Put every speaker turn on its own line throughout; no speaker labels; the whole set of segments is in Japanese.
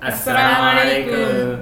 アッ
サラムアレイク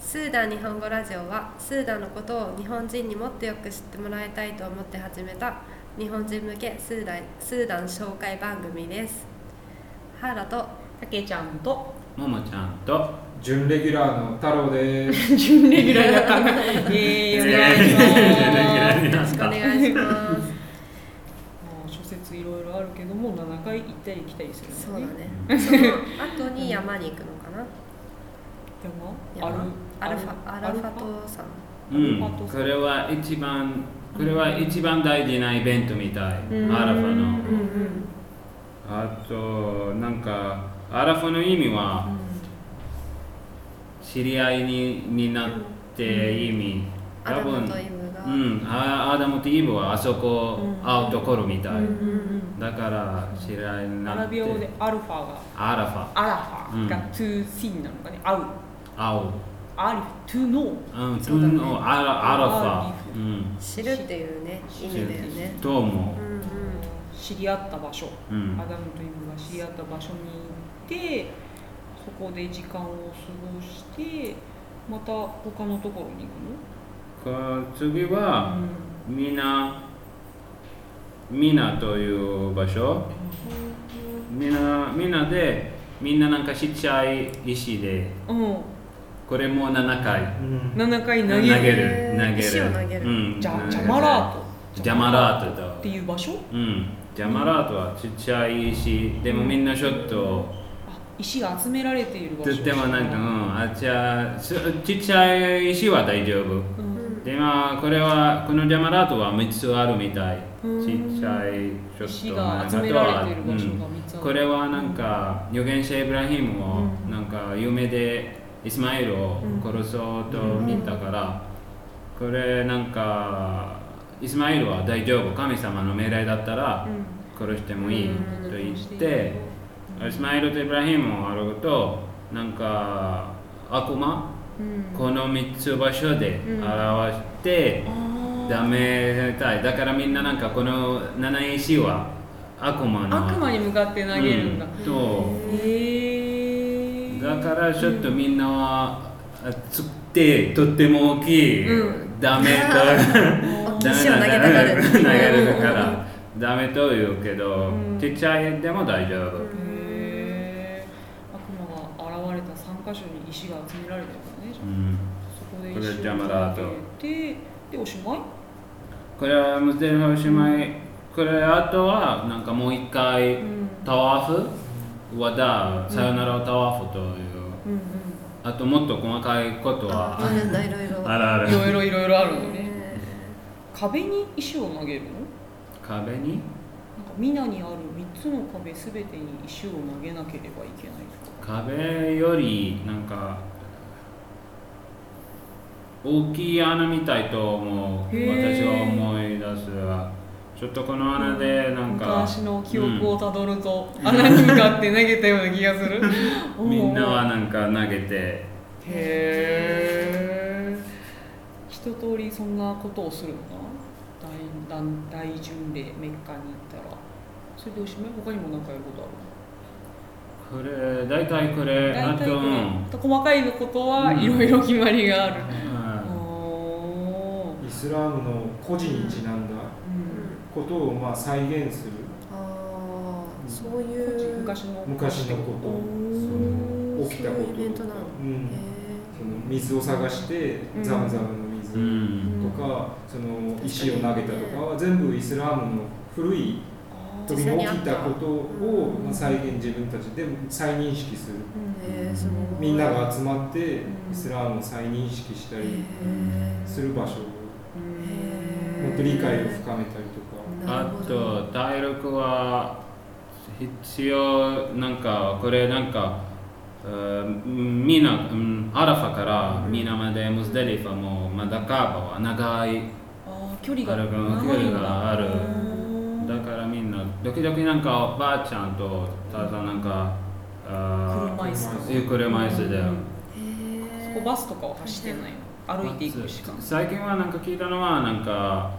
スーダン日本語ラジオはスーダンのことを日本人にもっとよく知ってもらいたいと思って始めた日本人向けスーダンスーダン紹介番組ですハラと
たけちゃんと
ももちゃんと
準レギュラーの太郎です。
準レギュラーだったな。ええお願いし ます。
に
よ
な
ろしくお願いします
まあ諸説いろいろあるけども7回行ったり来たりするん
そう
だ
だ
ね。
ねその後に山に行くのかな
山
山アルファアルファ
アル
トさん
うんこれは一番これは一番大事なイベントみたいアラフ
う
ァ
ん
の
うんうん
あとなんかアラファの意味は知り合いにになって意味
ア
多
ダ
分
ムとイブが、
うんあアダムとイブはあそこ
うん
会うところみたい
うんうん
だから知り合いに
うん。ア
な
ラ
っ
ビ
て
ア語でアルファが
アラファ
アラファが to sin なのかね。アウ
会う
アリフ to know
うん、
そうだね
うんアラアラファ、うん、
知るっていうね意味だよね
どうも
う、ん
知り合った場所。
うん
ア、ダムとイブが知り合った場所に行ってそこで時間を過ごしてまた他のところに行
こ次
くの、
はミナミナという場所ミナミナでみんななんかちっちゃい石で
うん、うん
これも7回
うん
7回
投
投
げ
げ
る
る
投げる
石を投げ
う
る
ん、
ジャ
投げ
ジ
て
ャマラート
ジャマラート
っ
と
ていう場所
うん、ジャマラートはちっちゃい石でもみんなちょっと
あ石が集められている場
と
所
ってもなんか、うん、あじゃあすちっちゃい石は大丈夫
うん
うん
でまあこれはこのジャマラートは3つあるみたい
うん
ちっちゃいちょっと
石が集められている場所が3つある、
これはなんか預言者イブラヒムを
うん
なんか夢でイスマイルを殺そうと見たからこれなんかイスマイルは大丈夫神様の命令だったら
うん
殺してもいい
うん
と言ってイスマイルとイブラヒムを歩くとなんか悪魔
うん
この3つ場所で表して、
あー
ダメたいだからみんななんかこの7石は悪魔の
悪魔に向かって投げるんだ、
うんと
へえ
だからちょっとみんなはあつってとっても大きい、
う
ダ メと
大きい
ダメ
石を投げた
だ
がる
投げるからダメと言うけど、
うん
ちっちゃいでも大丈夫、
へえ悪魔が現れた3箇所に石が集められて
うんこ
るからねじゃあそこで
れ
石
邪魔
を
だと
集めてでおしまい
これはムスリムおしまいこれあとはなんかもう一回
うん
タワーフはださよならタワーフという、
うん
あともっと細かいことは
あるんだいろいろ
あるあ
うん
る
いろいろいろいろあるのね
ね
壁に石を投げるの
壁に
なんか皆にある3つの壁全てに石を投げなければいけないとか
壁よりなんか大きい穴みたいと思う
へー
私は思い出すわちょっとこの穴でなんか
昔の記憶をたどると、穴に向かって投げたような気がする
うん みんなは
おうおう
なんか投げて
へえ一通りそんなことをするのかな大大大巡礼メッカに行ったらそれでおしまい他にも何かやることある
これ大体これあ
大体
と、う
ね
ん、
細かいことは
うん
いろいろ決まりがある、
うん
おー
イスラームの個人にちなんだ
うん
ことをまあ再現する
ああそういう
昔の
昔のこと
お
その
ー
起きたこと
そういうイベン
と
トな
か
の、
うん、
へ
その水を探して
うん
ザムザムの
う
水
ん
とか、その石を投げたとかは全部イスラームの古い
あー
時に起きたことをまあ再現自分たちで再認識する
えーすごい
みんなが集まって
うん
イスラームを再認識した
え
りする場所
うん
もっと理解を深めたりとか。
あと体力は必要なんかこれなんかうんみんなうんアラファからみんなまでムスデリファもまだカーバは長い
あー距離
あ
が
る分距
長い
離
んだ
がある
うん
だからみんな時々なんかおばあちゃんとただなんかあ
車椅子
ー車椅子で
そこバスとかは走ってないの歩いていくしか
最近はなんか聞いたのはなんかあ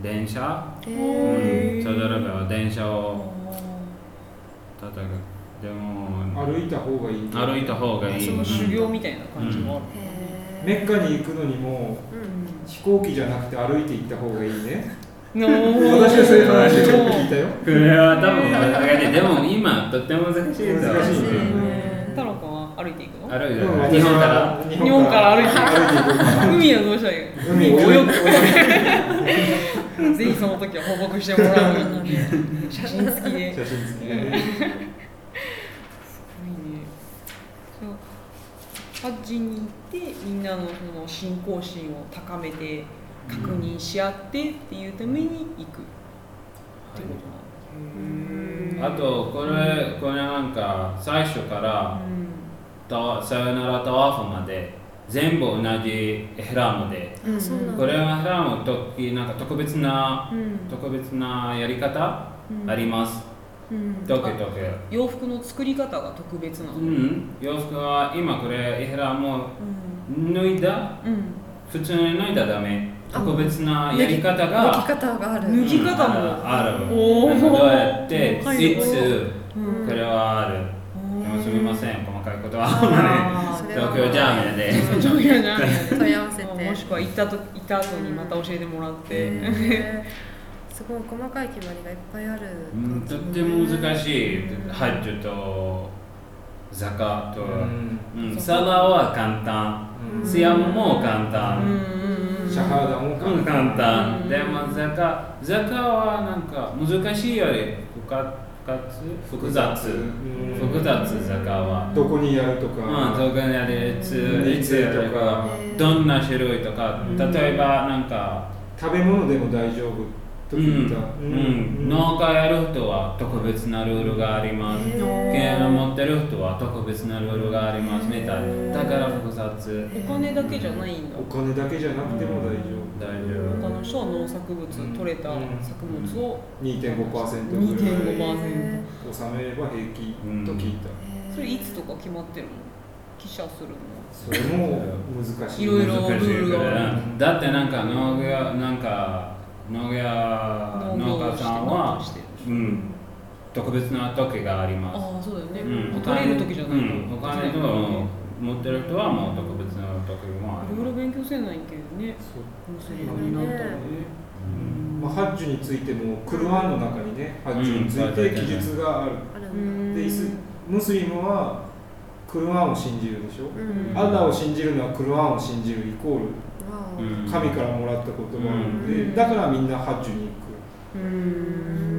ー電車
え
うん
へー
サドルが電車
あ
を
ー
叩くでも
歩いた方がいい
歩いた方がいい
その修行みたいな感じもある、
へ
メッカに行くのにも
ーうん
飛行機じゃなくて歩いて行った方がいいね
なるほど
私はそういう話をよく聞いたよ
これは多分難しいでも今とっても難しいですよ
難しいね
太郎くんは歩いていくの
歩い
で
て
も
日
私
本から
は日
日本から歩いて
歩いていくから
海はどうしたらいい
海泳いで
のぜひその時は報告してもらうのに写真付きで
写真付きでね
いいねそうハッジに行ってみんなのその信仰心を高めて確認し合ってっていうために行くっていうことなんだ
あとこれこれなんか最初からたわさよならタワーフまで全部同じエラムで
あそうなんだ
これはエラムときなんか特別な
うん
特別なやり方あります。
うん
どけどけ。
洋服の作り方が特別なの
う
うん
ん、洋服は今これエラムを脱いだ普通に脱いだらダメ
あ
特別なやり方
抜
が
き方がある
脱ぎ方も
うんある
おー
どうやって
細かい
い
とこ
つ
うん
これはあるでもすみません細かいことはあんま
あ
り
ー
東京ジャーメンで
ーそういうのあるよね
問い合わせて
もしくは行ったと行った後にまた教えてもらって、
へーすごい細かい決まりがいっぱいある
うんとっても難しい
うん
ハッジュとザカと、
うん
うん、サラは簡単
うん
スヤムも簡
うん
単、
うんうん
シャハーダも
うん、簡単、
うん
でもザカザカはなんか難しいより複雑複雑
うん
複雑ザカは
どこにやると
うん、
か
どこにあるいつ
うん
いつとか
へー
どんな種類とか
うん
例えばなんか
食べ物でも大丈夫と
うん、う
聞いた
ん、農家やる人は特別なルールがあります
へー
経営を持ってる人は特別なルールがありますみたいだから複雑
お金だけじゃないんだ
お金だけじゃなくても大丈
大丈
他
夫
の人は農作物取れた作物を
夫2.5%ぐらい
2.5%
納めれば平気と聞いた
それいつとか決まってるの記者するの
それも難しい
いろいろ
難しい
ルールが
うんだってなんか農業なんか農業農家さん
農業
は
してる
うん特別な時があります
ああそうだよね、
うん、
取れる時じゃない
うん、お金とかを持ってる人はもう特別な時もあ
いろいろ
る、
勉強せないけどね
そう
面白いようになったらね
うん
まあ、ハッジュについてもクルアンの中にねハッジュについて記述がある、
ある
うん
だ
ん
でイスムスリムはクルアンを信じるでし
う
ょ、
ん
アッラーを信じるのはクルアンを信じるイコール
わお
うん
神からもらった言葉で、
うん
だからみんなハッジュに行く
うー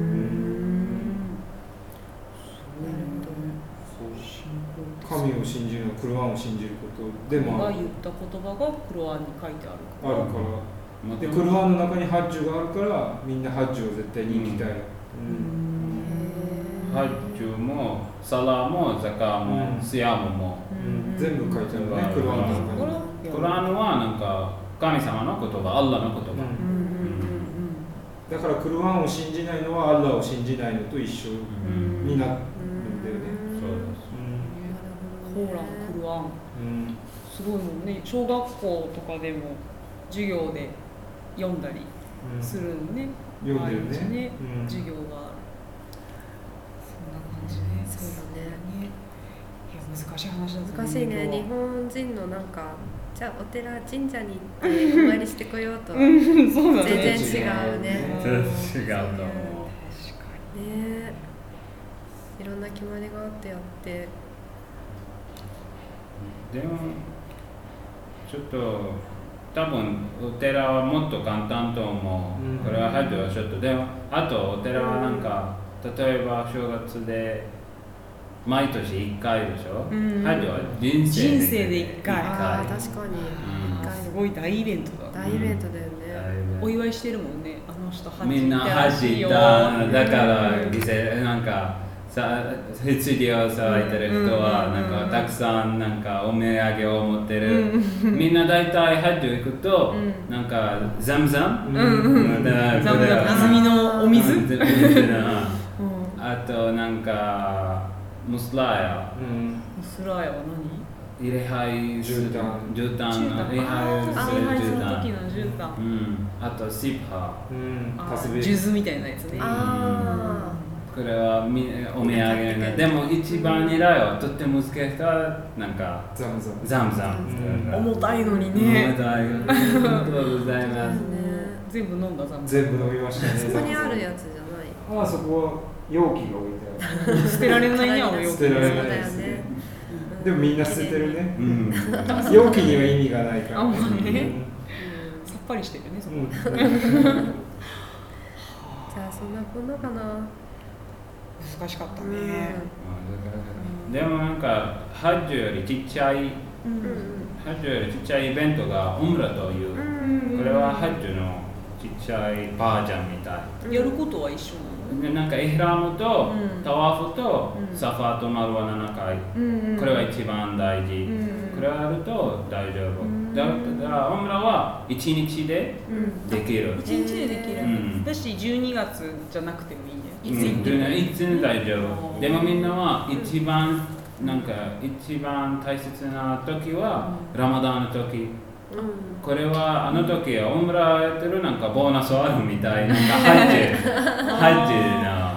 なる
ん
ほど
神を信じるのはクルアンを信じることでも
が
ある
言った言葉がクロアンに書いてある
あるから
も
で
と
ク
も
ルアンの中にハッジュがあるからみんなハッジュを絶対に行きたい、うん
とハッジュもサラもザカも、
うん
スヤムも
うん全部書いてあるねクルアンの中に、
コラーンはなんか神様の言葉アッラの言葉、
うんうん
だからクルアンを信じないのはアッラーを信じないのと一緒
うん
になって
うん
るんだよね、
そうです
うん
うんうんコーランクロアン
うん
すごいもんね小学校とかでも授業で読んだりするのね、
読んでる
毎日
ねうん
授業があるそんな感じね
そうだね
ねいや難しい話だった
難しいね日
本
本人のなんかじゃあお寺神社に行ってお参りしてこようとね
当そうだね
全然違うね
全然 違うと思う
確か
えいろんな決まりがあってやって
でもちょっと多分お寺はもっと簡単と思う、
うん
これはハッジュはちょっとでもあとお寺はなんか例えば正月で毎年1回でしょ、
うん
ハッジュは人生
人生で一回
ああ
一
確かに
にあーすごい大イベントだ
大イベントだよね
大
お
イベン
祝いしてるもんねあの人
ト
ハ
みんな
行って
ハ
らしい
ジ
よ
だだか
う
ら
ん
犠牲なんかさ必要さいてる人は
うん
なん
うん
かたくさんなんかお土産を持ってる、みんな大体ハジュ行くと、
う
なんかザムザム
うん
うん
ザムザム泉のお水、
うん 水だ
うん
あとなんかムスラヤ
うん
スラーヤは
入れ配する
絨毯
絨
何
毯の入れ
あ
配
ー
す
礼
る
拝する
絨毯
時の絨毯
うんあとシッパ
うん
あ
タス
ー
ベ
ジュズみたいなやつね
ああ
ここれはみお土産でも一番狙いはとっても難しいからなんか
ザムザム
ザムザム
うん
重たいのに
ね
ね
ありがとうございます
全部飲んだザム
全部飲みましたね
そこにある
や
やつじゃな
あそこは容器が置いてあ
捨てられない ねあの
う
る
容
ん
捨
器
てられ
そう
ない
だ
で
よ
すね
ねい
でもみんな捨ててるね
うん
容器には意味がないから
あまあね
うん
さっぱりしてるねそこ、
うんうん
じゃあそんなこんなかな
難しかった
うん
ね
でもなんかハッジよりちっちゃい
うん
うん
ハッジよりちっちゃいイベントがオムラという
う
こ
ん
れはハッジのちっちゃいバージョンみたい
うん
やることは一緒
でなんかエヒラムと
うん
タワーフと
うん
サファーとマルワ7回
なの、うん
これは一番大
う
事
んうん
これをやると大丈夫
うん
だからオムラは1日で
うん
できる
一日でできる、
うん
だし12月じゃなくてもいいね
うん
いつ行っても
いつも大丈
う
夫
ん
でもみんなは一番なんか一番大切な時はラマダンの時
うん
これはあの時はオムラやってるなんかボーナスあるみたい なんか入ってる入ってるな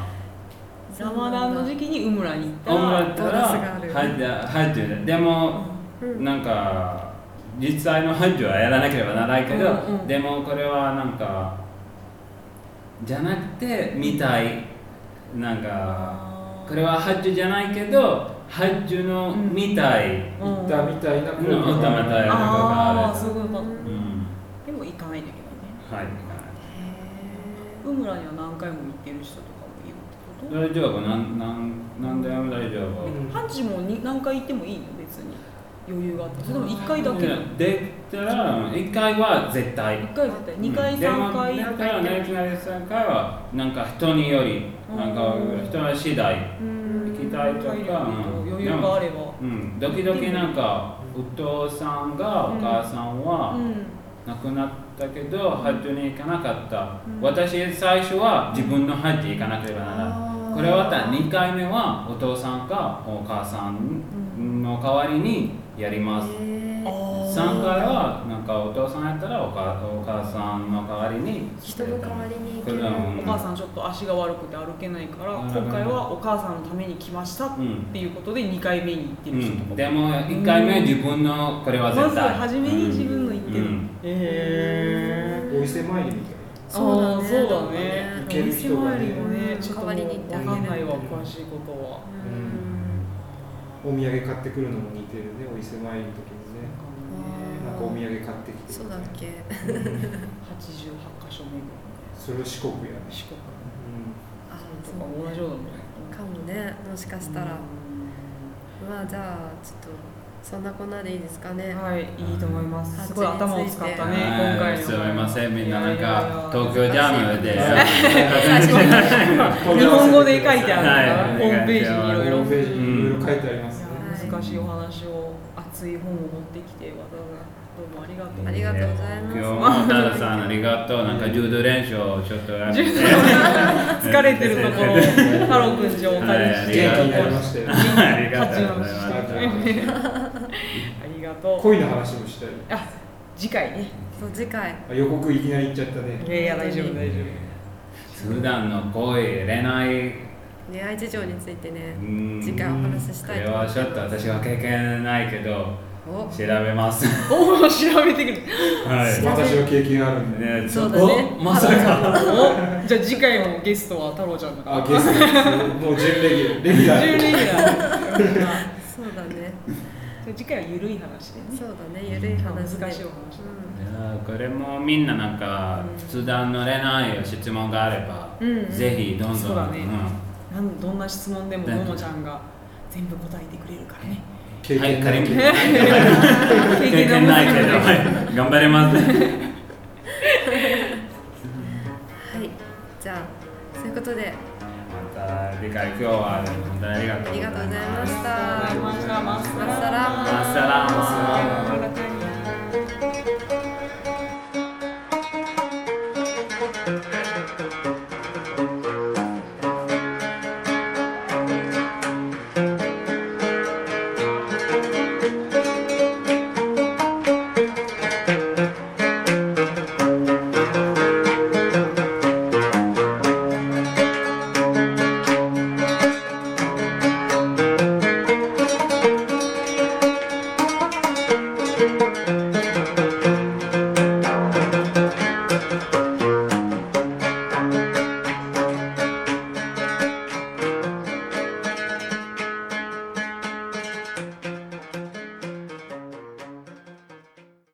ラマダンの時期にウムラに行った
オ
ら
ムラやった
ボーナ
ら
スがある
入って入ってるでも
うん
なんか実際の繁盛はやらなければならないけど、
うんうん
でもこれはなんかじゃなくて見たいなんか
あー
これは繁盛じゃないけど繁盛の
うん
見たい
うん
行ったみたいな
の歌みたいなこと
い
があ
あー
る
すごいまあ
う
へ
ん
でも行かないんだけどね
はい
ー
ウムラには何回も行ってる人とかもいるってこと
大丈夫なんなんなんでも大丈夫、
うん
ハンチもに何回行ってもいいの別に余裕があってそれでも1回だけなの1
できたら1回は絶対
回絶対2回
でも
3回
だからねいきなり3回はなんか人によりなんか
うん
人の次第
うん
行きたいとか
体力と余裕があれば
うん時々なんかお父さんがお母さん
う
は
ん
亡くなったけどハッジに行かなかった
うん
私最初は自分のハッジ行かなければならない
あー
これは2回目はお父さんかお母さんの代わりにやります
へー
3回はなんかお父さんやったらおかお母さんの代わりに
人の代わりに行ける
これだも
お母さんちょっと足が悪くて歩けないから、
うん
今回はお母さんのために来ましたっ
うん
ていうことで2回目に行って
う
る人とかも
ん、でも1回目は自分のこれは
まず
絶対
初めに自分の行ってる、
うん
へ
お伊勢参りみたい
そうだね
そうだね
行ける人が
お店も
ね
あるよね
うん
ちょっともう
代わりに行ってあげる
わかんないわ詳しいことは
う
なお土産買ってくるのも似てるねお伊勢参りの時にねなんかお土産買ってきて
そうだっけ
88箇所巡り
それを四国やね
四国
あ
と
そう
かも同じようだもんね
かもねもしかしたらまあじゃあちょっとそんなこんなでいいですかね
はいいいと思いますすごい
八人
頭を使ったね
はい
今回の
すみませんみんないな
や
ん
いやい
か
や
東京ジャムで
は
日本語で書いてあ
は
る
い
ホームページにい
ホ
ろい
ー
ろ
ムページにいろいろ書いてありますね
はい
難しいお話を熱い本を持ってきてわざわざどうもありがとう
ありがとうございます
今日もタダさんありがとうなんか柔道練習をちょっとや って
疲れてるところを太郎くんちをお借りし
は
元
い
て
気
あり
に
がと
な
う
りましたよ
ありがとうございます
ありがとう
恋の話もしたり
あ次回ね
そう次回
あ予告いきなり行っちゃったね
いやいや大丈夫大丈
普段の恋恋愛
恋愛事情についてね
うん
次回お話ししたい
ことれ
思い
は
ます
ちょっと私は経験ないけど
お
調べます
夫おお調べてくる
はい
私の経験あるんで
ね
そうだね
おまさか
おじゃあ次回もゲストは太郎ちゃんだから
あゲストですもう準レギュレギュラ
10
ー
年以内じ
そ
ゃ
うだね
あ次回はゆるい話でね
そうだねゆるい
難
話
しいお
で
話
いやーこれもみんななんか普段の恋愛を質問があれば、
うん
ぜひどんどん
そうだね
ん
なんどんな質問でもももちゃんが全部答えてくれるからね
経
はい
験ある
仮に
経
経験ないけど、はい、頑張れます
はいじゃあそういうことで
また理解今日は本当にありがと
あ
うご
り
ざい
がとうござい
ま
まし
す
た
マスターマスター
マッサラ
マッサラマ